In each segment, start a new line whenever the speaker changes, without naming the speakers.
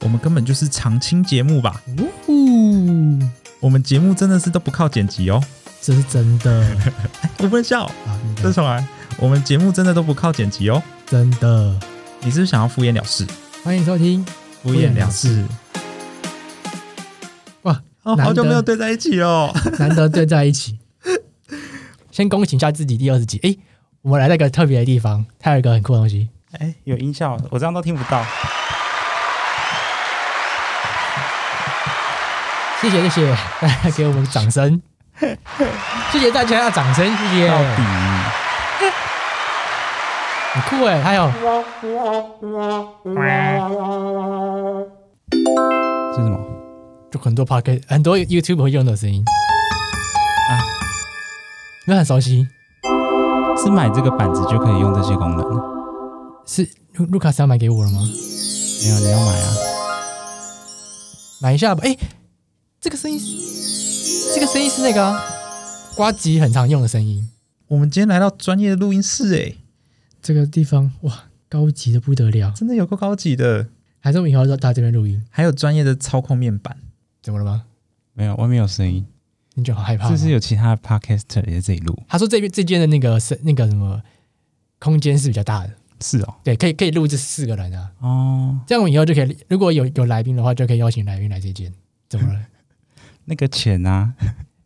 我们根本就是常青节目吧？
呜，
我们节目真的是都不靠剪辑哦，
哦 这是真的
我不能笑，
啊！你
这
的
是重来。我们节目真的都不靠剪辑哦，
真的，
你是不是想要敷衍了事？
欢迎收听。
敷衍了事。
哇，
哦，
难得
好久没有对在一起哦。
难得对在一起。先恭喜一下自己第二十集，诶，我们来到一个特别的地方，它有一个很酷的东西，
哎，有音效，我这样都听不到。
谢谢谢谢 大家给我们掌声，谢谢大家的掌声，谢谢，
到底
很酷诶，还有
是什么？
就很多 p o c k e t 很多 YouTube 会用的声音啊，有没有很熟悉？
是买这个板子就可以用这些功能？
是卢卢卡斯要买给我了吗？
没有，你要买啊？
买一下吧。哎、这个声音是，这个声音是那个、啊、瓜吉很常用的声音。
我们今天来到专业的录音室，哎，
这个地方哇，高级的不得了。
真的有够高级的，
还是我们以后要到这边录音？
还有专业的操控面板。
怎么了吗？
没有，外面有声音，
你就好害怕吗
这是有其他的 podcaster 也在这里录，
他说这边这间的那个是那个什么空间是比较大的，
是哦，
对，可以可以录这四个人啊。
哦，
这样我们以后就可以，如果有有来宾的话，就可以邀请来宾来这间。怎么 了？
那个钱啊，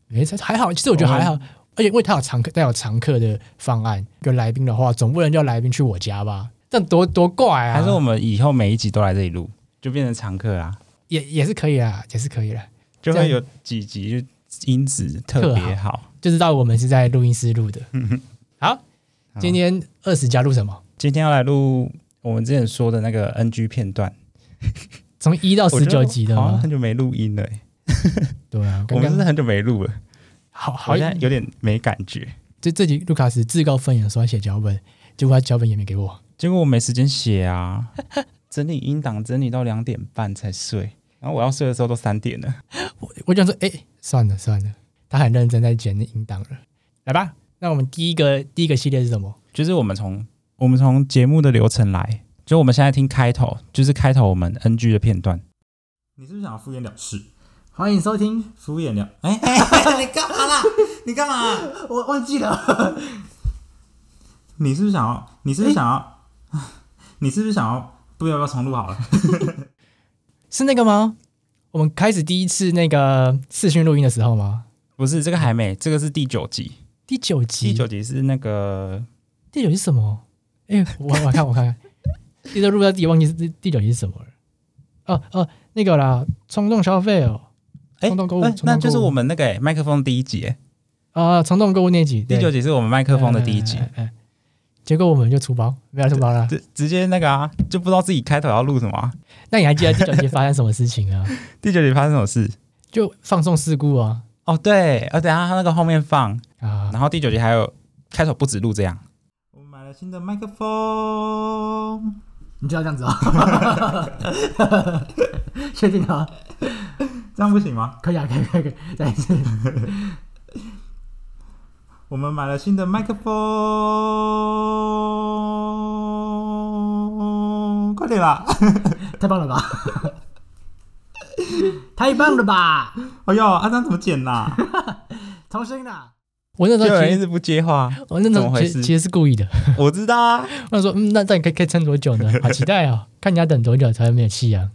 没事，还好。其实我觉得还好，而且因为他有常客，他有常客的方案。有来宾的话，总不能叫来宾去我家吧？这样多多怪啊！
还是我们以后每一集都来这里录，就变成常客啊，
也也是可以啦，也是可以啦。
就
这
会
样
有几集就音质特别好。
就知道我们是在录音室录的。
嗯
好，
好
今天二十加录什么？
今天要来录我们之前说的那个 NG 片段，
从一到
我觉
十
得
九集的
好像
吗
很？久没录音了欸，
对啊，
我
刚
们
刚
是很久没录了，
好好
好，像有点没感觉。
这这集卢卡斯自告奋勇说要写脚本，结果他脚本也没给我。
结果我没时间写啊， 整理音档整理到两点半才睡，然后我要睡的时候都三点了。
我我就想说，哎、算了算了，他很认真在剪那音档了。来吧，那我们第一个第一个系列是什么？
就是我们从我们从节目的流程来，就我们现在听开头，就是开头我们 NG 的片段。
你是不是想要敷衍了事？欢迎收听敷衍 了。哎、你干嘛啦？你干 嘛？
我忘记了，
你是不是想要？你是不是想要？ 你是不是想要？不要不要重录好了。
是那个吗？我们开始第一次那个视讯录音的时候吗？
不是这个还没，这个是第九集，
第九集，
第九集是那个
第九集是什么？哎、我我看我看看，一直录到底忘记是第第九集是什么了。哦哦，那个啦，冲动消费哦，
哎、
冲动购物
哎
冲动购物
那就是我们那个、哎麦克风第一集、哎
啊、冲动购物那集，
第
对
九集是我们麦克风的第一集，
哎哎哎哎结果我们就出包，没有出包啦。
直、直接那个啊，就不知道自己开头要录什么啊、
那你还记得第九集发生什么事情啊？
第九集发生什么事？
就放送事故啊
哦，对，呃、等一下他那个后面放，
啊！
然后第九集还有开头不止录这样，
我买了新的麦克风，
你就要这样子啊？确定啊？
这样不行吗？
可以啊，可以可以可以，再一次。
我们买了新的麦克风，快点啦！
太棒了吧！太棒 了吧！
哎呦，阿、啊、张怎么剪啦、
重新啊啦！我那
就
时
有
候
人一
其实
直不接 话，
我那时
怎么
候
回
其实
事
其实是故意的。
我知道啊，
我想说，嗯，那那你可以可以撑多久 呢？好期待哦，看你要等多久才会没有气啊！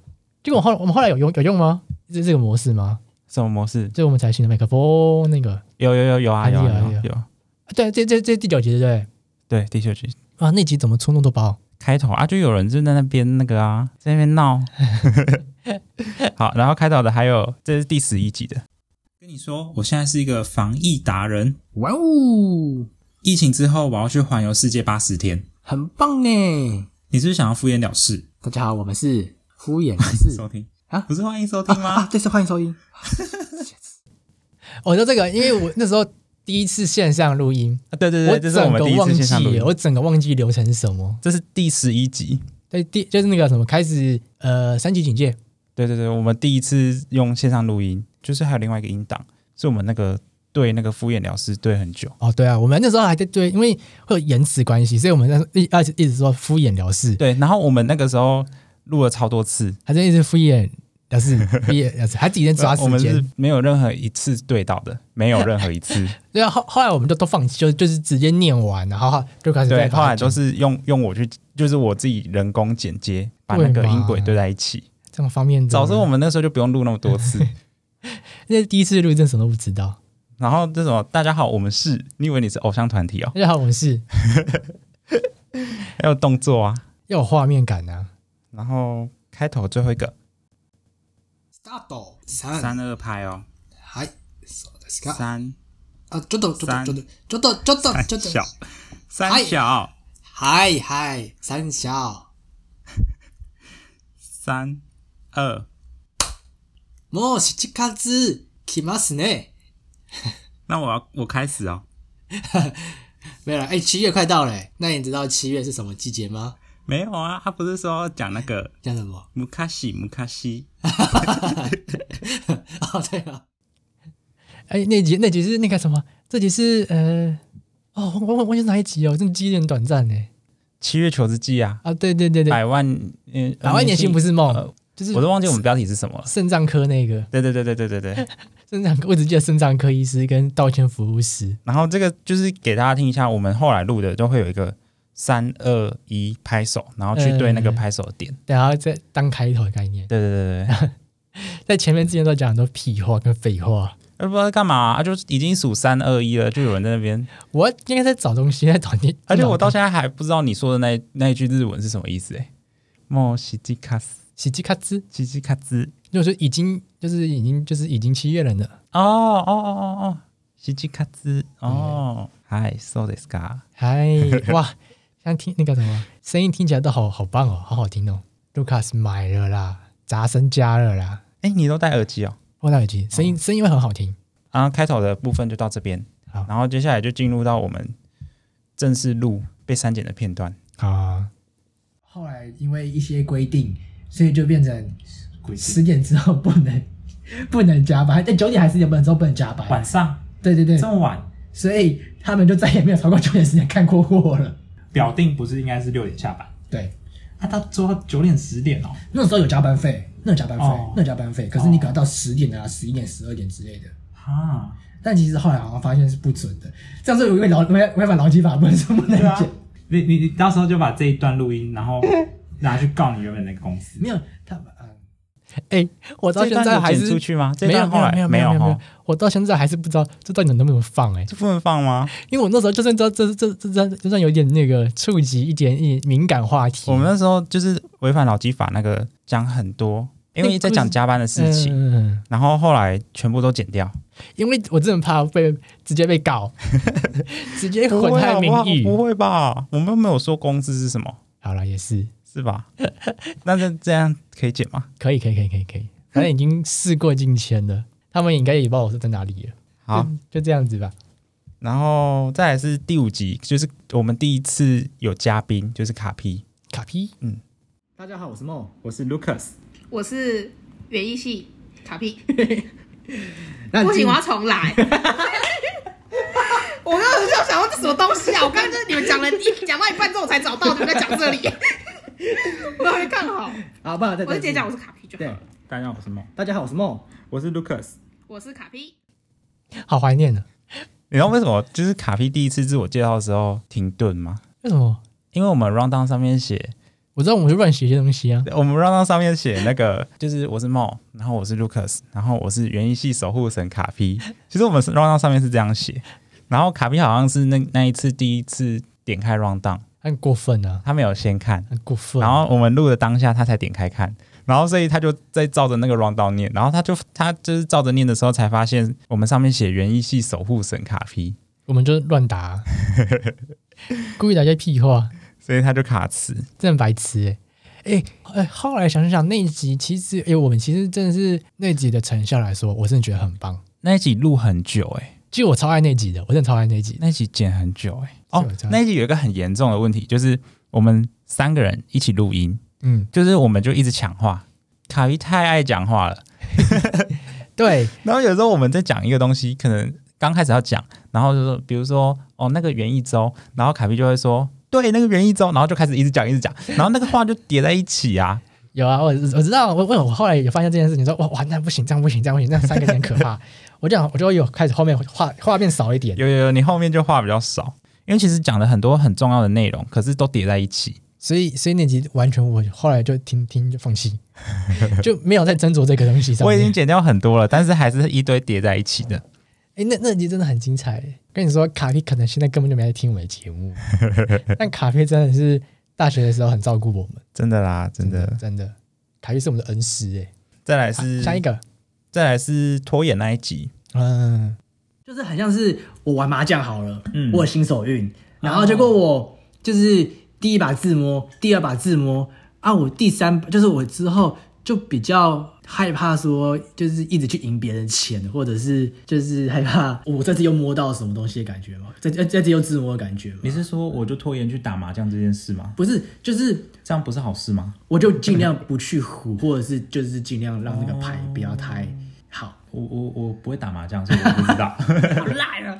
结果我后来我们后来有用有用吗？是这个模式吗？
什么模式？
这我们才新的麦克风那个，
有有有有啊
还是
有啊
有啊
有啊
有
有啊，
对，这这这第九集对不对？
对，第九集
啊，那集怎么出那么多包？
开头啊，就有人就在那边那个啊，在那边 闹。好，然后开头的还有，这是第十一集的。跟你说，我现在是一个防疫达人。
哇哦，
疫情之后，我要去环游世界八十天。
很棒呢！
你是不是想要敷衍了事？
大家好，我们是敷衍 是
收听
啊
不是欢迎收听 吗？
这次欢迎收 音。我说这个，因为我那时候第一次线上录音，
啊对对
我
对，这是我
整
们
个
第一
忘
次线上录
记
音
了，，我整个忘记流程是什么。
这是第十一集。
对，第就是那个什么开始呃三级警戒，
对对对，我们第一次用线上录音，就是还有另外一个音档，是我们那个对那个敷衍了事对很久。
哦，对啊，我们那时候还在对，因为啊会有延迟关系，所以我们那时候一而且一直说敷衍了事。
对，然后我们那个时候录了超多次，
他真一直敷衍老师，敷衍老师，他自己在 抓
我
时
们是
间。
没有任何一次对到的，没有任何一 次。
对啊，后后来我们就都放弃，就就是直接念完，然后就开始
对，
在
后来都是用用我去，就是我自己人工剪接，把那个
对嘛
音轨对在一起。
这种方面。
早知道我们那时候就不用录那么多次。
那第一次录，真的什么都不知道。
然后这种大家好，我们是，你以为你是偶像团体哦？
大家好，我们是
还有动作啊，
要有画面感啊。
然后开头最后一个
スタート哦三
嗯
三二拍哦，
はいそうですか
三
あちょっとちょっ
三
とちょっとちょっとちょ
哎
っ
三
とちょっと
小三小
はいはい三小
三二，
もう7月来ますね
那我要我开始哦。
没有啦哎七月快到了哎那你知道七月是什么季节吗
没有啊，他不是说讲那个
叫什么
m u k a s h i m u k a s h
哦对啊
哎，那集那集是那个什么？这集是呃，哦，我我我是哪一集哦？真的记忆很短暂呢。
七月求职季啊，
啊，对对对对，
百万嗯，
百万年薪不是梦
呃，
就是
我都忘记我们标题是什么了。
肾脏科那个
对对对对对对 对。
肾脏科，我只记得肾脏科医师跟道歉服务师。
然后这个就是给大家听一下，我们后来录的都会有一个三二一拍手，然后去对那个
嗯
拍手的点。
然后再当开头的概念，
对对对对对，
在前面之前都讲很多屁话跟废话。
呃 不知道在干嘛、啊，就已经数三二一了，就有人在那边，
我应该在找东西，在找你。
而且我到现在还不知道你说的那一那一句日文是什么意思哎。莫西吉卡斯，
喜极咔吱，
西吉卡兹，
因为我说已经就是已经就是已经七月了呢。
哦哦哦哦哦，西吉卡兹，
嗯
哦，嗨，so this guy，
嗨，哎哇，像听那个什么声音听起来都好好棒哦，好好听哦。Lucas 买了啦，砸身家了啦，
哎，你都戴耳机哦。
我戴耳机，声音声音会很好听。
然后啊开头的部分就到这边，
好
然后接下来就进入到我们正式录被删减的片段。
啊，
后来因为一些规定所以就变成十点之后不能 不能加班哎九点还是十点半之后不能加班
上
对对对
么晚，
所以他们就再也没有超过九点时间看过货了
表定不是应该是六点下班？
对
啊，他做到九点十点哦。
那时候有加班费，那有加班费，
哦
那有加班费，可是你可能到十点啊、十一点、十二点之类的。
啊，
但其实后来好像发现是不准的，这样子有违劳违违反劳基法，不能说不 能
对啊
减。，
你你你到时候就把这一段录音，然后拿去告你原本那个公司。
没有他们，嗯，
哎，我到
这
现
段
在
有
还
剪
是
出去吗？这
没有
段
没
后
有
来
没有
没哦
有没
哈
有，，我到现在还是不知道这段能不能放哎、
这不能放吗？
因为我那时候就算知道这这这这就算有点那个触及一点一点敏感话题，
我们那时候就是违反劳基法那个讲很多，因为在讲加班的事情，
嗯嗯嗯
然后后来全部都剪掉，
因为我真的怕被直接被 告，直接
不
混
会
害
啊
名誉。
不会吧？我们又没有说工资是什么，
好了，也是
是吧？那这这样可以剪吗？
可以，可以，可以，可以，可以，反正已经事过境迁了，他们应该也不知道我是在哪里了。
好，
就，就这样子吧。
然后再来是第五集，就是我们第一次有嘉宾，就是卡皮。
卡皮，
大家好，我是梦。
我是 Lucas，
我是园艺系卡屁，
那
不
今
行，我要重 来。我刚刚就想说这什么东西啊！我刚刚就是你们讲了一讲到一半之后，我才找到你们在讲这 里，我还没看好。
好，不好，再
我就直接讲我
是
是卡屁就好
对
了。。
大家好，我是梦，
大家好，我是梦。
我是 Lucas。
我是卡屁，
好怀念呢。
你知道为什么就是卡皮第一次自我介绍的时候停顿吗？
为什么？
因为我们 round down 上面写，
我知道我们会乱写一些东西啊。
我们 round down 上面写那个就是我是梦，然后我是 Lucas，然后我是园艺系守护神卡皮。其实我们是 round down 上面是这样写，然后卡皮好像是那那一次第一次点开 round down，
很过分啊，
他没有先看，
很过分。
然后我们录的当下，他才点开看，然后所以他就在照着那个 round down 念，然后他就他就是照着念的时候，才发现我们上面写园艺系守护神卡皮，
我们就乱打 啊、故意打一些屁话，
所以他就卡词。
真的白痴哎、欸！哎、欸后来想想那一集，其实哎、欸我们其实真的是那集的成效来说，我真的觉得很棒。
那一集录很久哎、
其实我超爱那集的，我真的超爱那集的。
那一集剪很久哎、
是有
哦
这，样
那一集有一个很严重的问题，就是我们三个人一起录音，
嗯，
就是我们就一直抢话，卡皮太爱讲话了，
对，
然后有时候我们在讲一个东西，可能刚开始要讲，然后就说，比如说哦那个园艺周，然后卡皮就会说对那个园艺周，然后就开始一直讲一直讲，然后那个话就叠在一起啊，
有啊，我我知道，我我我后来也发现这件事情，说哇完蛋不行，这样不行，这样不行，这样三个有点可怕。我这样我就有开始后面画画面少一点，
有有有，你后面就话比较少，因为其实讲了很多很重要的内容，可是都叠在一起。
所以所以那集完全我后来就听听就放弃， 就没有再斟酌这个东西上
我
面。
已经剪掉很多了，但是还是一堆叠在一起的。
哎、那那集真的很精彩耶。跟你说，卡皮可能现在根本就没在听我们的 节目，但卡皮真的是大学的时候很照顾我们，
真的啦，真的。
真的，卡皮是我们的恩师哎。
再来
好
是
下一，个，
再来是拖延那一集，
嗯，
就是很像是我玩麻将好了，
嗯
我有新手运，然后结果我就是第一把自摸，第二把自摸啊，我第三就是我之后就比较害怕说，就是一直去赢别人钱，或者是就是害怕我这次又摸到什么东西的感觉嘛，这这这次又自摸的感觉嘛
你，是说我就拖延去打麻将这件事吗？
不是就是
这样不是好事吗？
我就尽量不去胡，或者是就是尽量让那个牌不要太好。
我我我不会打麻将，所以我不知道。
好烂啊！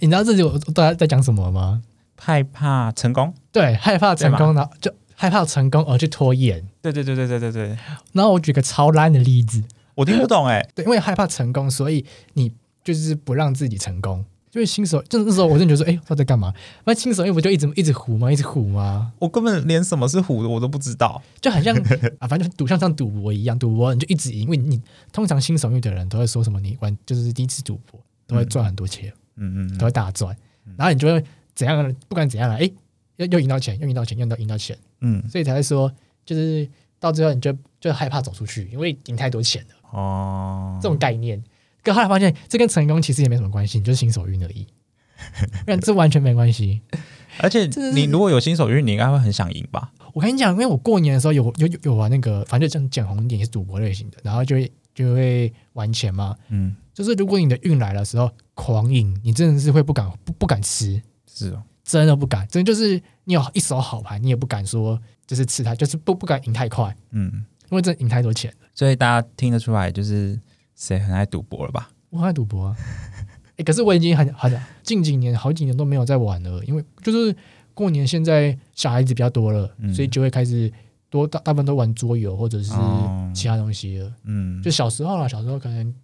你知道这集我大家在讲什么吗？
害怕成功。
对，害怕成功，然后就害怕成功而去拖延。
对对对对对对对，
然后我举个超烂的例子，
我听不懂哎、
对，因为害怕成功，所以你就是不让自己成功。就是新手，就是那时候我真的觉得说，哎、我在干嘛？那新手因为不就一直一直胡吗？一直胡吗？
我根本连什么是虎的我都不知道。
就很像 啊，反正就赌像像赌博一样，赌博你就一直赢，因为你通常新手运的人都会说什么，你玩就是第一次赌博都会赚很多钱，
嗯嗯嗯，
都会大赚，然后你就会怎样，不管怎样来，哎、又又赢到钱，又赢到钱，又赢到赢到钱，
嗯
所以才会说，就是到最后你就就害怕走出去，因为赢太多钱了，
哦
这，种概念。可后来发现，这跟成功其实也没什么关系，你就是新手运而已，但这完全没关系。
而且
这
你如果有新手运，你应该会很想赢吧？
我跟你讲，因为我过年的时候有有有有玩那个，反正就像讲红点也是赌博类型的，然后就会就会玩钱嘛。
嗯，
就是如果你的运来的时候狂赢，你真的是会不敢不不敢吃，
是哦，
真的不敢，真的就是你有一手好牌，你也不敢说就是吃它，就是不不敢赢太快，
嗯，
因为真的赢太多钱了。
所以大家听得出来，就是谁很爱赌博了吧？
我很爱赌博啊， 欸可是我已经很很近几年好几年都没有在玩了，因为就是过年现在小孩子比较多了，
嗯
所以就会开始多大大部分都玩桌游或者是
哦
其他东西了。
嗯，
就小时候啦，小时候可能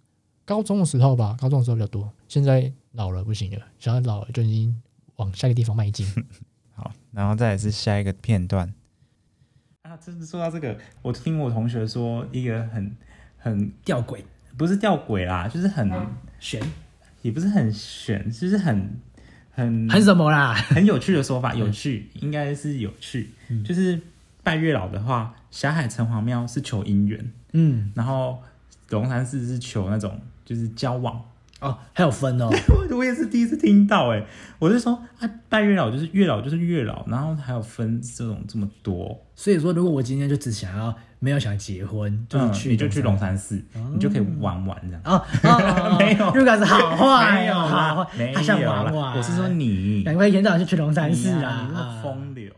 高中的时候吧，高中的时候比较多。现在老了不行了，小孩老了就已经往下一个地方迈 进。
好，然后再来是下一个片段，
啊，真的说到这个，我听我同学说一个很很
吊诡
不是吊诡啦，就是很、
悬
也不是很悬，就是很很
很什么啦？
很有趣的说法，有趣应该是有趣，就是拜月老的话，霞海城隍庙是求姻缘，
嗯，
然后龙山寺是求那种就是交往。
哦，还有分哦，
我我也是第一次听到哎、我是说啊，拜月老就是月老就是月老，然后还有分这种这么多，
所以说，如果我今天就只想要没有想结婚，就是
嗯
去、
你就去龙。山寺，你就可以玩玩这样。
哦哦哦，
没有
，Ruga 是好坏，哦
没有啦
好啊坏，
没
他想
有
玩
啦
玩。
我是说，你，
难怪延长就去龙山寺
你
啊
啊，你那
啊
么风流。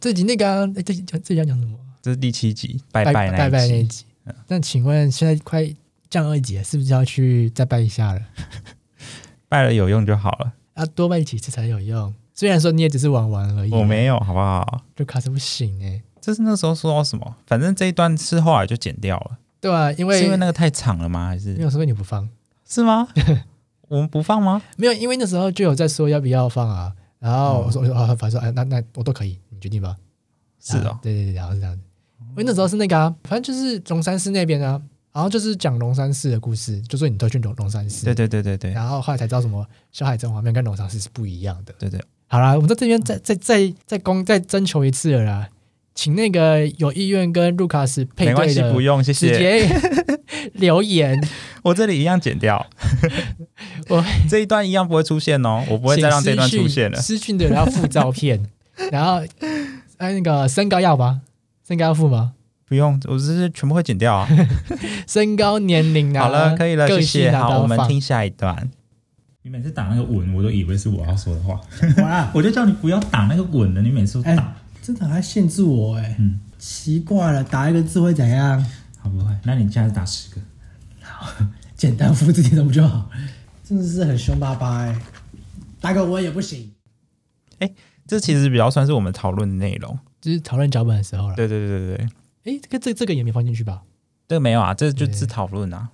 这集那个、啊，诶这集这集要讲什么？
这是第七集拜拜
拜
那
拜
一
那一
集，
集。那请问现在快降二级了，是不是要去再拜一下了？
拜了有用就好了。
要多拜几次才有用。虽然说你也只是玩玩而已，
我没有，好不好？
就卡着不行哎、
这是那时候说到什么？反正这一段是后来就剪掉了，
对啊，因为
是因为那个太长了吗？还
没
是
有说你不放，
是 吗？我们不放吗？
没有，因为那时候就有在说要不要放啊。然后
嗯
我说我说啊，反正哎，那那我都可以，你决定吧。
是
啊
哦，
对对对， 然后是这样子。因为那时候是那个啊，反正就是龙山寺那边啊，然后就是讲龙山寺的故事，就说你都去龙龙山
哦
寺，
对对对对对
然后后来才知道什么小海城隍庙跟龙山寺是不一样的。
对对，
好啦，我们在这边再再再再公再征求一次了啦，请那个有意愿跟卢卡斯配
没关
对
系，
的，
不用，谢
直
谢。
接 留言，，
我这里一样剪掉
我
这一段一样不会出现哦，我不会再让这一段出现了
请。私讯私讯的人要附照片， 然后哎那个身高要吗？身高要附吗？
不用，我这是全部会剪掉 啊。
身高、年龄啊，
好了，可以了，
个
谢
性
谢。
啊
好，
都
我们
放
听下一段。
你每次打那个吻，我都以为是我要说的话，
好啦，
我就叫你不要打那个吻了。你每次都
哎
打，
真的还限制我哎
嗯，
奇怪了，打一个字会怎样？
好不会？那你下次打十个。
简单复制点怎么就好？真的是很凶巴巴哎，打个我也不行。
这其实比较算是我们讨论的内容。
就是讨论脚本的时候了。
对对对对对，
哎，这个这这个也没放进去吧？
这个没有啊，这就
对
是讨论啊。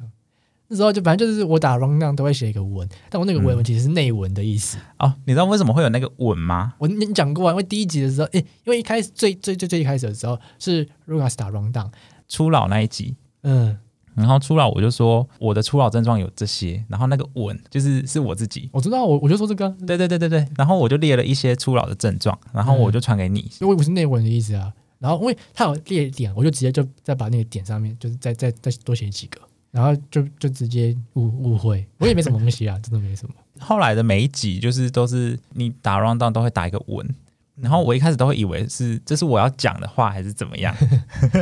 那时候就反正就是我打 round down 都会写一个文，但我那个
嗯
文文其实是内文的意思。
哦，你知道为什么会有那个吻吗？
我你讲过啊，因为第一集的时候，诶，因为一开始最最最最一开始的时候是 Lucas 打 round down，
初老那一集，
嗯，
然后初老我就说我的初老症状有这些，然后那个吻就是是我自己。
我知道，我我就说这个啊，
对对对对对，然后我就列了一些初老的症状，然后我就传给你。
因为我是内文的意思啊。然后因为他有列点，我就直接就再把那个点上面就是再再再多写几个，然后就就直接误误会，我也没什么东西啊，真的没什么。
后来的每一集就是都是你打 round down 都会打一个吻，然后我一开始都会以为是这是我要讲的话还是怎么样，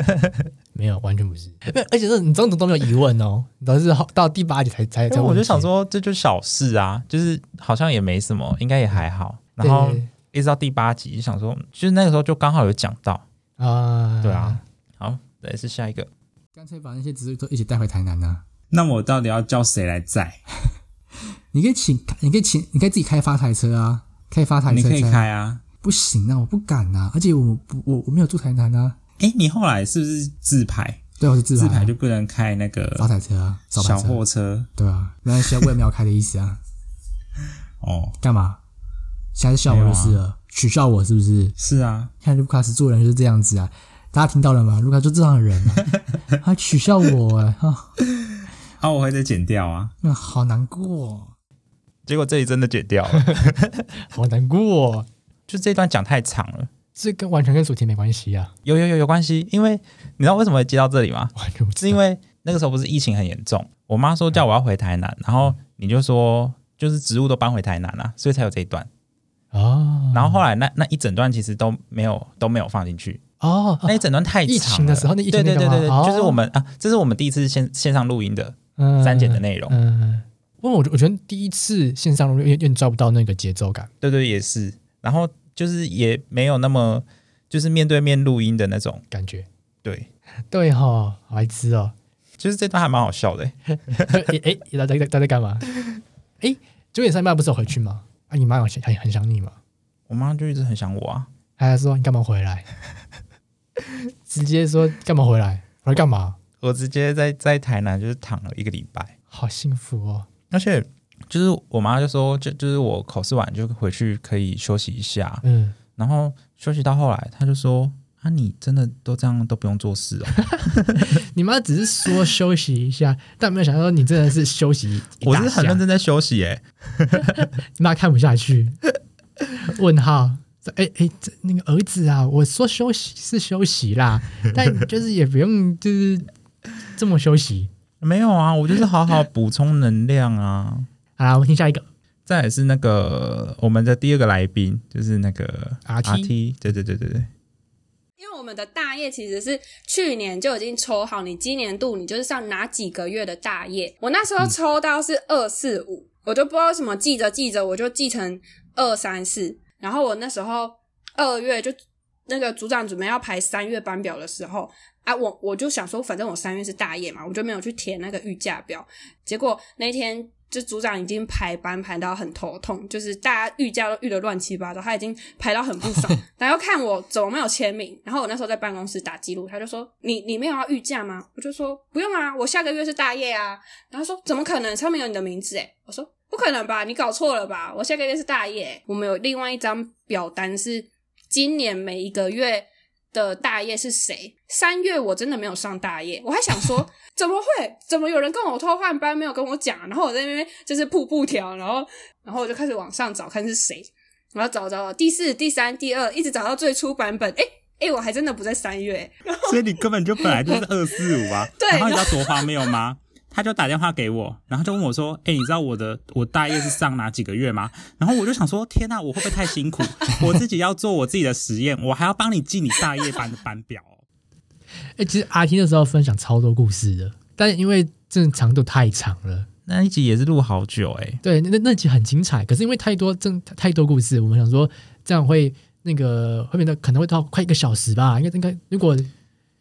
没有，完全不是。没有而且是你真的都没有疑问哦，你都是后到第八集才才才
但哎
问
哎
我就
你
想，说这就小事啊，就是好像也没什么，应该也还好。然后
对
一直到第八集就想说，就是那个时候就刚好有讲到，
啊，
对啊，，好，再是下一个。
干脆把那些植物都一起带回台南啊！
那我到底要叫谁来载？
你可以请，你可以请，你可以自己开发台车啊，开发台车。
你可以，开啊。
不行啊，我不敢啊，而且我不，我我没有住台南啊。
哎，你后来是不是自排？
对，我是自
自
啊
排,、
排就不能开那
发
个
台车啊，扫
小
牌车
货。车
对啊，那需要我也没有开的意思啊，
哦。
干嘛？现在是笑我
啊
就是了，取笑我是不是？
是啊，
看卢卡斯做人就是这样子啊，大家听到了吗？卢卡就这样的人啊， 他取笑我哎、啊，
啊，我会再剪掉啊。
那好难过、哦。
结果这里真的剪掉了，
好难过、哦，
就这段讲太长了。
这跟完全跟主题没关系啊，
有有有有关系，因为你知道为什么会接到这里吗？
完全不
是因为那个时候不是疫情很严重，我妈说叫我要回台南，然后
嗯
你就说就是植物都搬回台南了、啊所以才有这一段。
哦
然后后来那那一整段其实都没有都没有放进去，
哦，
那一整段太长了
疫情的时候那疫
对
情
对对
那个吗
对对，
哦
就是我们啊，这是我们第一次线线上录音的
嗯
删减的内容，
嗯，不过我觉我觉得第一次线上录音有点有点抓不到那个节奏感，
对对也是，然后就是也没有那么就是面对面录音的那种，
感觉
对，
对哈、哦，好白痴哦，
就是这段还蛮好笑的、欸
哎哎，大家在大家在干嘛？哎，九点三八不是有回去吗？啊，你妈有想很很想你吗？
我妈就一直很想我啊，
还说你干嘛回来？ 直接说干嘛回来？回来干嘛？
我直接在在台南就是躺了一个礼拜，
好幸福哦！
而且就是我妈就说，就就是我考试完就回去可以休息一下，
嗯，
然后休息到后来，她就说啊，你真的都这样都不用做事哦，
你妈只是说休息一下，但没有想到你真的是休息一
我
大
是很
下
认真在休息诶、
你妈看不下去，问号。哎哎，这那个儿子啊，我说休息是休 息啦，但就是也不用就是这么休息。
没有啊，我就是好好补充能量啊。
好啦，我们听下一个。
再来是那个我们的第二个来宾，就是那个
RT
T，对对对对对，
因为我们的大业其实是去年就已经抽好，你今年度你就是上哪几个月的大业。我那时候抽到是二四五，我就不知道为什么记着记着我就记成二三四。然后我那时候二月就那个组长准备要排三月班表的时候啊，我我就想说，反正我三月是大业嘛，我就没有去填那个预假表。结果那天就组长已经排班排到很头痛，就是大家预假都预的乱七八糟，他已经排到很不爽，然后看我怎么没有签名，然后我那时候在办公室打记录，他就说你你没有要预假吗？我就说不用啊，我下个月是大业啊，然后他说怎么可能上面有你的名字诶，我说不可能吧，你搞错了吧，我下个月是大业，欸我们有另外一张表单是今年每一个月。的大业是谁？三月我真的没有上大业，我还想说怎么会？怎么有人跟我偷换班没有跟我讲？然后我在那边就是瀑布条，然后然后我就开始往上找看是谁，然后找找找第四、第三、第二，一直找到最初版本。诶诶，我还真的不在三月，
所以你根本就本来就是二四五啊。
对
然后你知道多荒谬吗？他就打电话给我，然后就问我说：“哎、你知道我的我大业是上哪几个月吗？”然后我就想说：“天呐，我会不会太辛苦？我自己要做我自己的实验，我还要帮你记你大夜班的班表哦、
哎，其实阿 T 那时候分享超多故事的，但因为正长度太长了，
那一集也是录好久诶、
对，那那那集很精彩，可是因为太多正太多故事，我们想说这样会那个后面的可能会到快一个小时吧，应该应该如果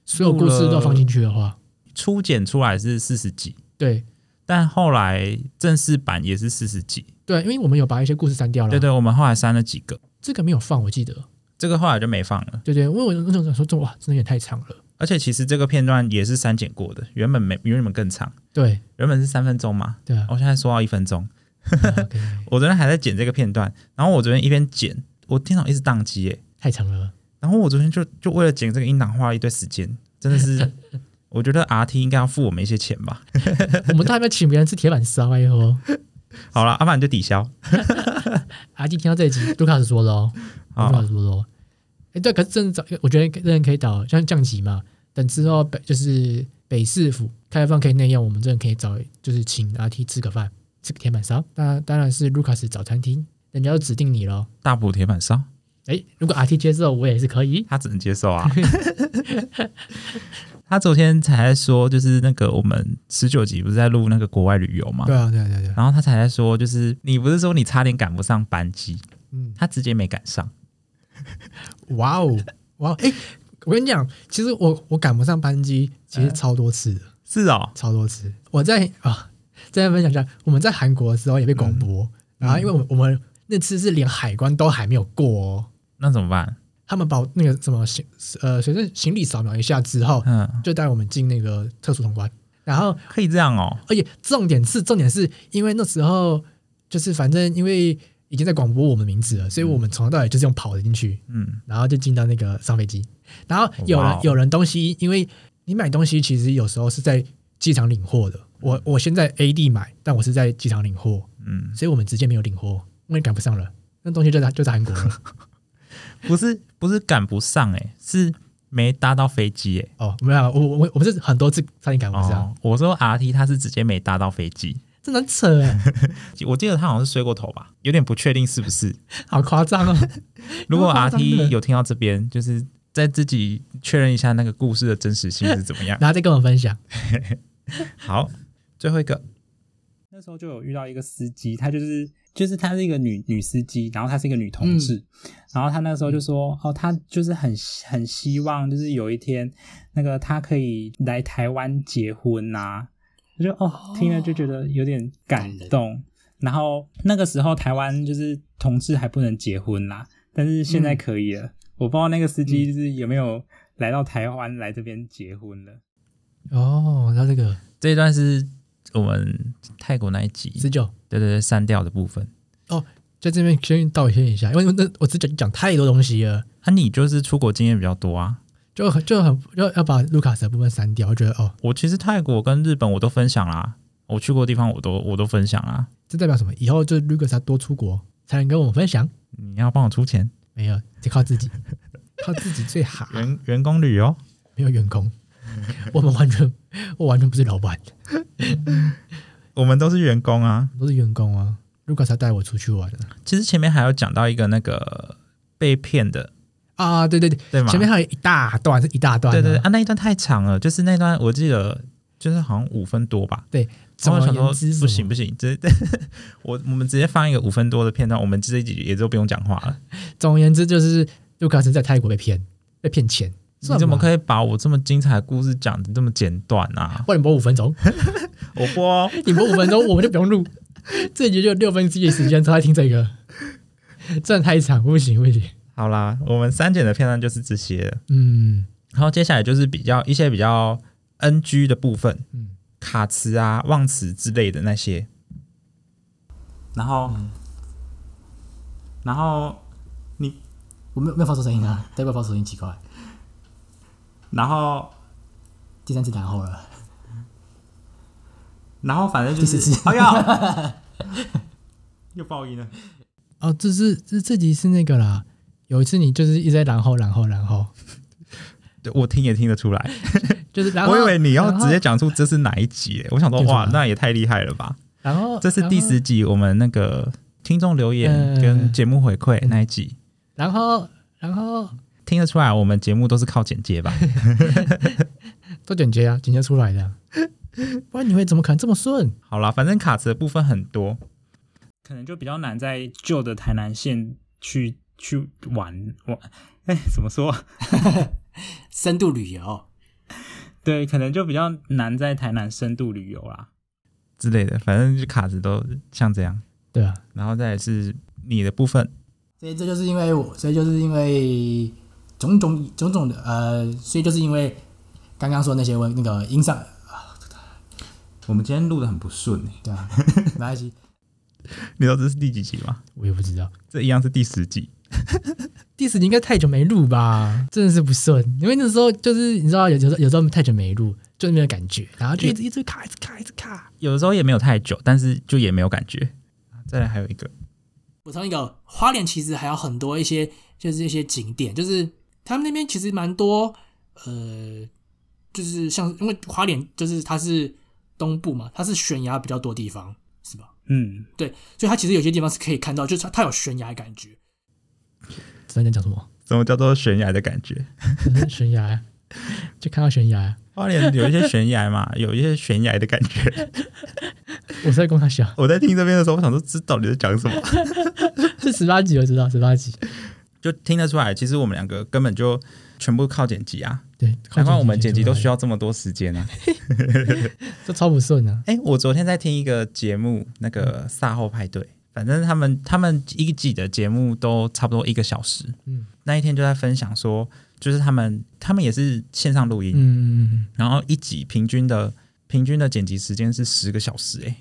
所有故事都放进去的话，
初剪出来是四十几，
对
但后来正式版也是四十几，
对，因为我们有把一些故事删掉了，
对对，我们后来删了几个，
这个没有放，我记得。
这这个后来就没放了。
对对，我有我总想说，这哇，真的也太长了。
而且其实这个片段也是删减过的，原本没原本更长，
对
原本是三分钟嘛，
对啊
我、现在缩到一分钟。
，OK，
我昨天还在剪这个片段，然后我昨天一边剪，我电脑一直宕机耶，
太长了。
然后我昨天就就为了剪这个音档花了一堆时间，真的是， 我觉得 R T 应该要付我们一些钱吧。
我们大概请别人吃铁板烧哎呦。
好啊了，阿凡就抵消。
阿基听啊到这一集，卢卡斯说喽，卢
好
卡斯说喽。哎，对，可是真的早，我觉得真的可以找像降级嘛，等之后北就是北市府开放可以内用，我们真的可以找就是请阿 T 吃个饭，吃个铁板烧。那当然是卢卡斯找餐厅，人家就指定你喽。
大补铁板烧，
哎，如果阿 T 接受，我也是可以。
他只能接受啊。 他昨天才在说，就是那个我们十九集不是在录那个国外旅游嘛，
啊，对啊，对啊，对啊。
然后他才在说，就是你不是说你差点赶不上班机，
嗯，
他直接没赶上。
哇哦，哇哦，哎，我跟你讲，其实我我赶不上班机，其实超多次的。
是哦，
超多次。我在啊，再分享一下，我们在韩国的时候也被广播，然后因为我们我们那次是连海关都还没有过哦，
那怎么办？
他们把那个什么行呃随身行李扫描一下之后，
嗯，
就带我们进那个特殊通关。然后，
可以这样哦。
而且重点是重点是因为那时候就是反正因为已经在广播我们名字了，所以我们从头到尾就是用跑的进去，
嗯，
然后就进到那个上飞机。然后有人、
哇哦
有人东西，因为你买东西其实有时候是在机场领货的。我我先在 A 地买，但我是在机场领货，
嗯，
所以我们直接没有领货，因为赶不上了。那东西就在就在韩 国了。
不是不是赶不上、欸，是没搭到飞机、欸，
哦，没有啊，我我我我们是很多次差点赶不上，
哦，我说 R T 他是直接没搭到飞机，
真的很扯哎，
我记得他好像是睡过头吧，有点不确定是不是。
好夸张哦。
如果
夸
R
张的
T 有听到这边，就是在自己确认一下那个故事的真实性是怎么样。
然后再跟我分享，
好， 最后一个，
那时候就有遇到一个司机，她就是就是她是一个女女司机，然后她是一个女同志，然后她那时候就说，哦，她就是很很希望就是有一天那个她可以来台湾结婚呐、我就哦听了就觉得有点感动。然后那个时候台湾就是同志还不能结婚啦，但是现在可以了。我不知道那个司机就是有没有来到台湾来这边结婚了。
哦，然后这个
这一段是我们泰国那一集，
十九
对对对，删掉的部分。
在这边先道歉一下，因为那我之前讲太多东西了。
啊，你就是出国经验比较多啊。
就很就很要要把卢卡斯的部分删掉，我觉得哦，
我其实泰国跟日本我都分享啦，我去过的地方我都我都分享啦。
这代表什么？以后就卢卡斯要多出国才能跟我们分享，
你要帮我出钱，
没有，得靠自己， 靠自己最好，
员员工旅游。
没有员工，
嗯
我们完全我完全不是老板，
我们都是员工啊。
都是员工啊。卢卡斯要带我出去玩啊
其实前面还有讲到一个那个被骗的，
啊，对对对，
对吗？
前面还有一大段，是一大段、啊，
对对对啊，那一段太长了，就是那一段我记得就是好像五分多吧。
对。总
然后我
而
想
言
说
之，
不行不
是？
行，这 我我们直接放一个五分多的片段，我们这一集也就不用讲话了。
总而言之，就是卢卡斯在泰国被骗，被骗钱。
你怎么
以？
可以把我这么精彩的故事讲的这么简短啊？
不然你播五分钟，
我播哦、
你播五分钟，我们就不用录，这集就六分之一的时间都在听这个，这样太长，不行不行。
好啦，我们删减的片段就是这些了，
嗯
然后接下来就是比较一些比较 NG 的部分，
嗯，
卡词啊、忘词之类的那些。
然后，
嗯
然后
我没有没有发出声音啊，代表发出声音奇怪。
然后
第三次然后了，
然后反正就是，
第四次
哎呀， 又爆音了。
哦，这是这这集是那个啦。有一次你就是一直在然后然后然后，
对我听也听得出来，
就是然后，
我以为你要
然后
直接，讲出这是哪一集耶，我想说
听出来嗯
哇，那也太厉害了吧！
然后
这是第，十集，我们那个听众留言
嗯
跟节目回馈那一集，
然后然后
听得出来我们节目都是靠剪接吧？
都剪接啊，剪接出来的啊，不然你会怎么可能这么顺？
好啦，反正卡词的部分很多，
可能就比较难在旧的台南县去去玩玩，哎，怎么说？
深度旅游，
对，可能就比较难在台南深度旅游啦。
之类的，反正就卡子都像这样。
对啊，
然后再来是你的部分，
所以这就是因为我，所以就是因为种种种种的呃，所以就是因为刚刚说那些问那个音上，
我们今天录的很不顺哎、
对啊，没关系，
你知道这是第几集吗？
我也不知道。
这一样是第十集。
第十集应该太久没录吧，真的是不顺，因为那时候就是你知道有有时候有时候太久没录，就没有感觉，然后就一直一直卡一直卡一直卡。
有的时候也没有太久，但是就也没有感觉。再来还有一个，
补充一个，花莲其实还有很多一些就是一些景点，就是他们那边其实蛮多呃，就是像因为花莲就是它是东部嘛，它是悬崖比较多地方，是吧？
嗯，
对，所以它其实有些地方是可以看到，就是它它有悬崖的感觉。
知道你在讲什么？
什么叫做悬崖的感觉？
悬崖啊，就看到悬崖啊，
花莲有一些悬崖嘛， 有一些悬崖的感觉。
我是在跟他笑。
我在听这边的时候，我想说这到底在讲什么？
是十八集，我知道十八集。
就听得出来，其实我们两个根本就全部靠剪辑啊，
对，
难怪我们剪辑都需
要，
要这么多时间啊。
这超不顺啊。
哎，我昨天在听一个节目，那
嗯
个赛后派对，反正他们他们一季的节目都差不多一个小时。
嗯
那一天就在分享说，就是他们他们也是线上录音，
嗯嗯
然后一集平均的平均的剪辑时间是十个小时、欸，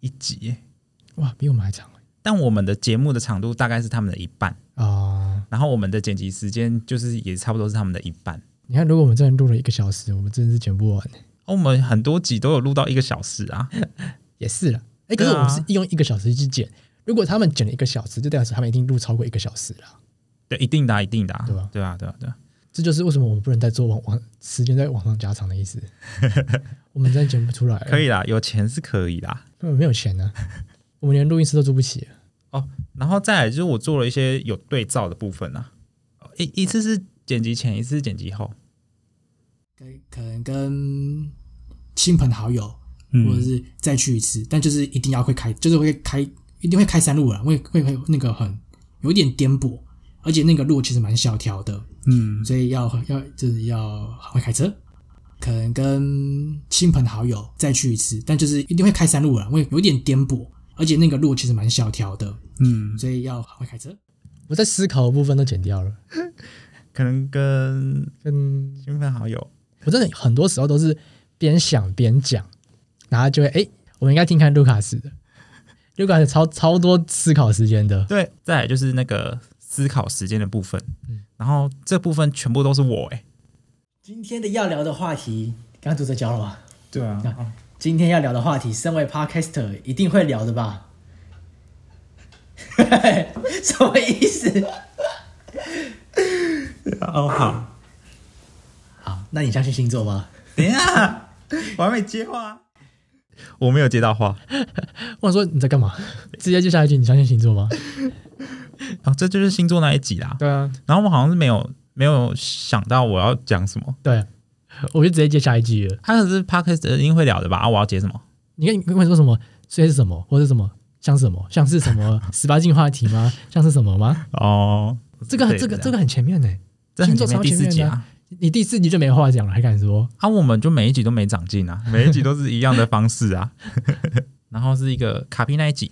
一集、欸。
嗯，哇，比我们还长
但我们的节目的长度大概是他们的一半，
哦。
然后我们的剪辑时间就是也差不多是他们的一半。
你看，如果我们真的录了一个小时，我们真的是剪不完。欸
哦我们很多集都有录到一个小时啊，
也是啦，哎、可是
对啊
我们是用一个小时去剪，如果他们剪了一个小时，就代表他们一定录超过一个小时了。
对，一定的啊、一定的、啊，
对啊
对啊，对啊，对啊。
这就是为什么我们不能再做往往时间再往上加长的意思。我们真的剪不出来，
可以啦，有钱是可以啦。
因为没有钱啊呢、我们连录音室都租不起。
哦然后再来就是我做了一些有对照的部分啊，一一次是剪辑前，一次是剪辑后。
跟可能跟亲朋好友，
嗯
或者是再去一次，但就是一定要会开，就是会开，一定会开山路了，会会会那个很有一点颠簸，而且那个路其实蛮小条的，
嗯，
所以要要就是要很会开车。可能跟亲朋好友再去一次，但就是一定会开山路了，啊会有一点颠簸，而且那个路其实蛮小条的，
嗯，
所以要很会开车。
我在思考的部分都剪掉了，
可能跟
跟
亲朋好友，
我真的很多时候都是边想边讲，然后就会哎、我们应该听看卢卡斯的，卢卡斯超超多思考时间的，
对，再来就是那个思考时间的部分，然后这部分全部都是我哎、
今天的要聊的话题，刚刚读者教了吗？
对啊，
今天要聊的话题，身为 podcaster 一定会聊的吧？ 什么意思？
哦好，
好，那你相信星座吗？
等一下，我还没接话，我没有接到话
我想说你在干嘛？直接就下一句，你相信星座吗？
啊，这就是星座那一集啦。
对啊，
然后我好像是没有没有想到我要讲什么，
对，啊我就直接接下一句了。
他可是 podcast 一定会聊的吧？啊，我要接什么？
你看，你跟我说什么？所以是什么，或是什么？像什么？像是什么十八禁话题吗？像是什么吗？
哦，
这个这个这个很前面呢、
这很前
星座
面
超
第四
前面
集
的
啊。
你第四集就没话讲了，还敢说？
啊，我们就每一集都没长进 啊，每一集都是一样的方式啊。 然后是一个卡皮那一集，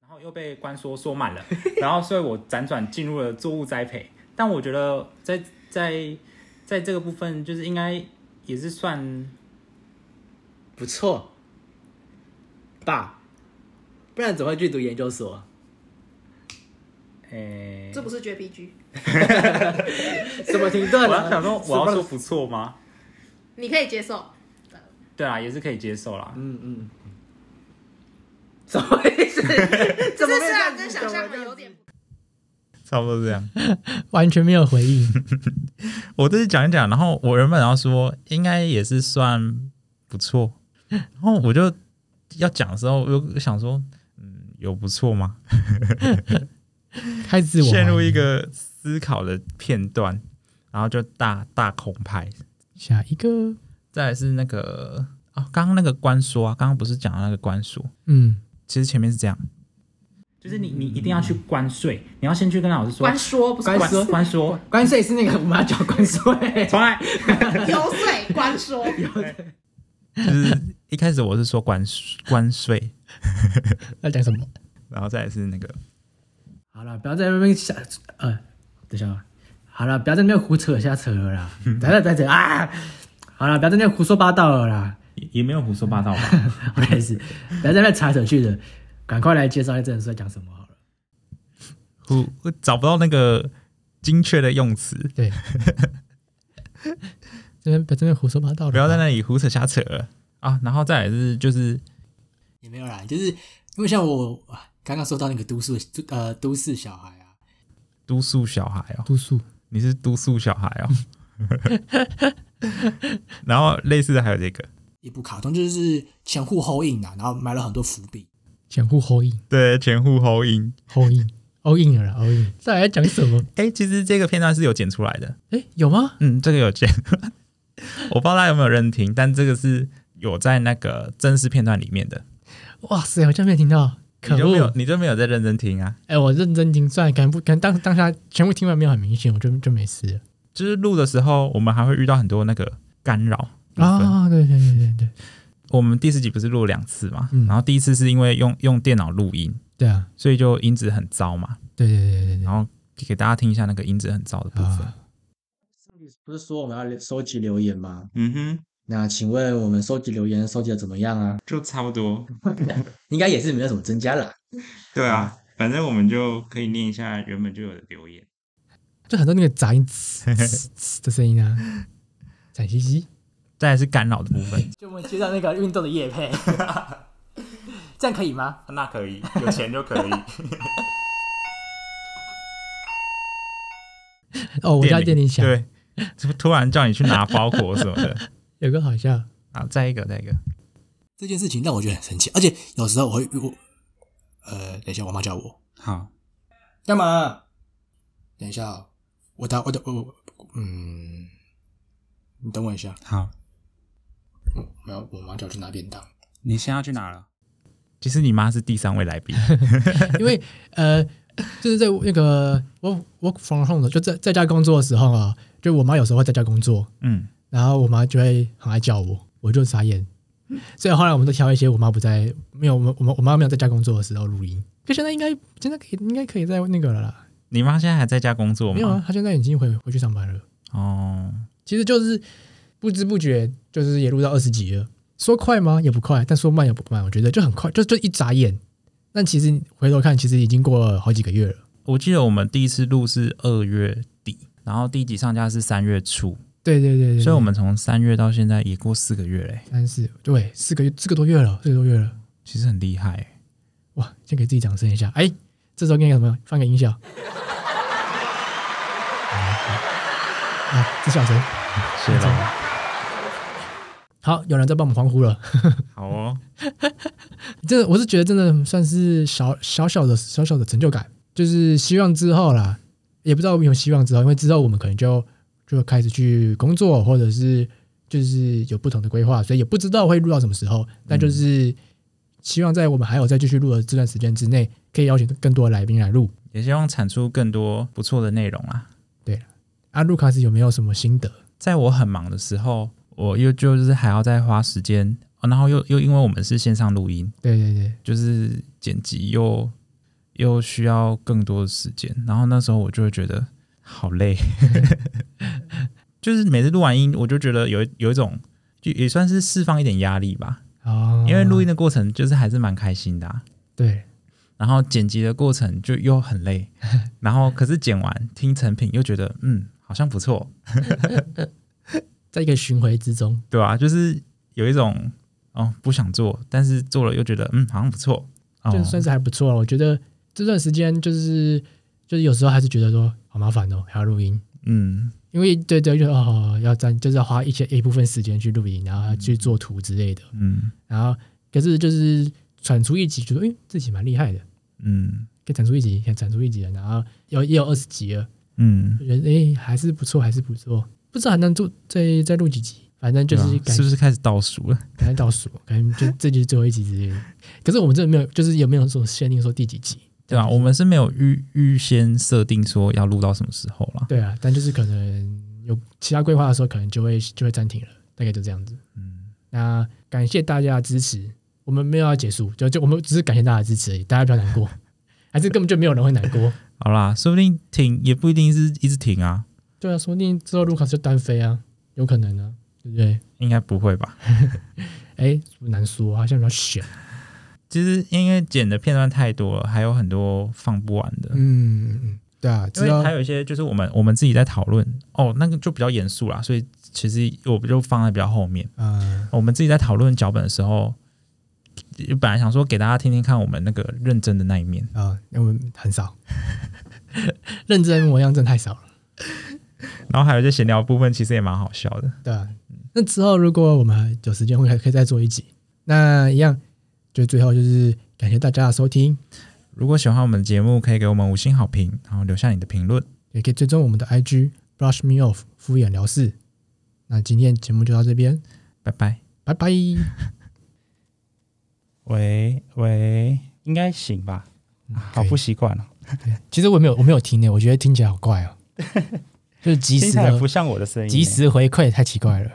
然后又被关说说满了， 然后所以我辗转进入了作物栽培，但我觉得在在在这个部分就是应该也是算
不错，爸，不然怎么会去读研究所？
诶，
这不是 JPG，
什么停顿
我
了？
要想说我要说不错吗？
你可以接受。
对啊，也是可以接受啦。
嗯嗯，什么意 思？
这虽然跟想象的有点不
差不多这样。
完全没有回应。
我这是讲一讲，然后我原本要说应该也是算不错，然后我就要讲的时候，我又想说，嗯，有不错吗？
开自 我怀疑
陷入一个思考的片段，然后就大大空拍。
下一个，
再来是那个啊，刚刚那个关说啊，刚刚不是讲到那个关说，
嗯，
其实前面是这样，
就是你你一定要去关税，你要先去跟老师说
关说，不是
关
关
说
关说，
关税是那个我们要叫关税，
重来。
游说关说，
就是一开始我是说关关税，
要讲什么？
然后再来是那个
好好了，不要在那边瞎呃，等一下啊，好了，不要在那边胡扯瞎扯了啦，等等等等啊，好了，不要在那边胡说八道了啦，
也也没有胡说八道 吧？
我也是，不要在那边扯扯去的，赶快来介绍一下这本书在讲什么好了。
我我找不到那个精确的用词，
对，这边把这边胡说八道了吧，
不要在那里胡扯瞎扯了啊！然后再来是就是
也没有啦，就是因为像我啊刚刚说到那个都市呃都市小孩啊，
督促小孩哦，
度数，
你是督促小孩哦。 然后类似的还有这个，
一部卡通就是前呼后应啊，然后埋了很多伏笔。
前呼后应，
对，前呼后应。
后应，后应了啦，后应。再来讲什么？
哎，其实这个片段是有剪出来的，
哎，有吗？
嗯，这个有剪。 我不知道大家有没有认听，但这个是有在那个正式片段里面的，
哇塞，我真没听到，可
你就没有
恶！
你就没有在认真听啊。
哎，我认真听，算了，可能不，可能当当下全部听完没有很明显，我就就没事了。
就是录的时候，我们还会遇到很多那个干扰啊。
啊，对对对对对，
我们第四集不是录了两次嘛，
嗯
然后第一次是因为用用电脑录音，
对啊，
所以就音质很糟嘛。
对对对对对，
然后给大家听一下那个音质很糟的部分。
啊
不是说我们要留收集留言吗？
嗯哼，
那请问我们收集留言收集的怎么样啊？
就差不多。
应该也是没有什么增加啦。
对啊，反正我们就可以念一下原本就有的留言。
就很多那个杂音嘶嘶嘶的声 音啊，惨兮兮。
再来是干扰的部分，
就我们接到那个运动的叶配， 这样可以吗？
那可以，有钱就 可以。
哦，我家店里响，
对，怎么突然叫你去拿包裹什么的
有个好笑，
啊？再一个，再一个，
这件事情让我觉得很生气，而且有时候我会我呃，等一下我妈叫我
好，
干嘛？等一下哦，我打我打我我嗯，你等我一下，
好，
没有，我妈叫我去拿便当。
你先要去哪了？
其实你妈是第三位来宾，
因为 呃，就是在那个我 work from home 的，就在在家工作的时候啊，就我妈有时候会在家工作，
嗯，
然后我妈就会很爱叫我，我就傻眼。所以后来我们都挑一些我妈不在，没有我们我们我妈没有在家工作的时候录音。可现在应该现在可以应该可以在那个了啦，
你妈现在还在家工作
没有
吗
啊？，她现在已经回回去上班了。
哦，
其实就是不知不觉，就是也录到二十集了。说快吗？也不快，但说慢也不慢，我觉得就很快，就就一眨眼。但其实回头看，其实已经过了好几个月了。
我记得我们第一次录是二月底，然后第一集上架是三月初，
对对对对对，
所以我们从三月到现在也过四个月嘞，
三四对四个月四个多月了，四个多月了。
其实很厉害欸。
哇，先给自己掌声一下。哎，这时候应该什么？放个音效。 啊，这小声。
谢了，
好，有人在帮我们欢呼了。
好哦，
真的，我是觉得真的算是小小小的小小的成就感，就是希望之后啦，也不知道有没有希望之后，因为之后我们可能就就开始去工作，或者是就是有不同的规划，所以也不知道会录到什么时候。但就是希望在我们还有再继续录的这段时间之内，可以邀请更多的来宾来录。
也希望产出更多不错的内容啊。
啊，卢卡斯有没有什么心得？
在我很忙的时候，我又就是还要再花时间，哦然后又又因为我们是线上录音，
对对对，
就是剪辑又又需要更多的时间，然后那时候我就会觉得好 累，就是每次录完音，我就觉得有一有一种就也算是释放一点压力吧，
哦，
因为录音的过程就是还是蛮开心的、啊。
对
然后剪辑的过程就又很累， 然后可是剪完听成品又觉得嗯好像不错，
在一个巡回之中，
对啊，就是有一种哦不想做，但是做了又觉得嗯好像不错，哦、
就算是还不错啊了。我觉得这段时间就是就是有时候还是觉得说好麻烦哦，还要录音，
嗯
因为对对，就哦要占就是要花一些一部分时间去录音，然后要去做图之类的，
嗯
然后可是就是产出一集，觉得哎自己蛮厉害的，
嗯
可以产出一集，可以产出一集了，然后有也有二十集了，
嗯，
我觉得哎还是不错，还是不错，不知道还能做再再录几集，反正就是
对啊
感
是不是开始倒数了？
赶快倒数，可能 就这就是最后一集之类的。可是我们真的没有，就是也没有说限定说第几集，
对啊，我们是没有预预先设定说要录到什么时候啦。
对啊，但就是可能有其他规划的时候，可能就会就会暂停了，大概就这样子。
嗯，
那感谢大家的支持，我 们没有要结束，就就我们只是感谢大家的支持而已，大家不要难过，还是根本就没有人会难过。
好啦，说不定停也不一定是一直停啊，
对啊，说不定之后卢卡斯就单飞啊，有可能啊，对不对？
应该不会吧？
哎，不难说啊，好像比较悬。
其实因为剪的片段太多了，还有很多放不完的。
嗯嗯，对啊，
因
知道
为还有一些就是我们我们自己在讨论哦，那个就比较严肃啦，所以其实我就放在比较后面。
啊，
我们自己在讨论脚本的时候，本来想说给大家听听看我们那个认真的那一面，
啊，那我们很少， 认真模样真的太少了。
然后还有一些闲聊部分，其实也蛮好笑的。
对啊，那之后如果我们有时间会可以再做一集。那一样，就最后就是感谢大家的收听，
如果喜欢我们的节目，可以给我们五星好评，然后留下你的评论。
也可以追踪我们的 IG brush me off 敷衍了事。那今天节目就到这边，
拜拜。
拜拜。
喂喂，应该行吧？好不习惯哦，
其实我没有我没有听呢，我觉得听起来好怪哦，就是及
听
时
起来
的
不像我的声音欸。
及时回馈太奇怪了。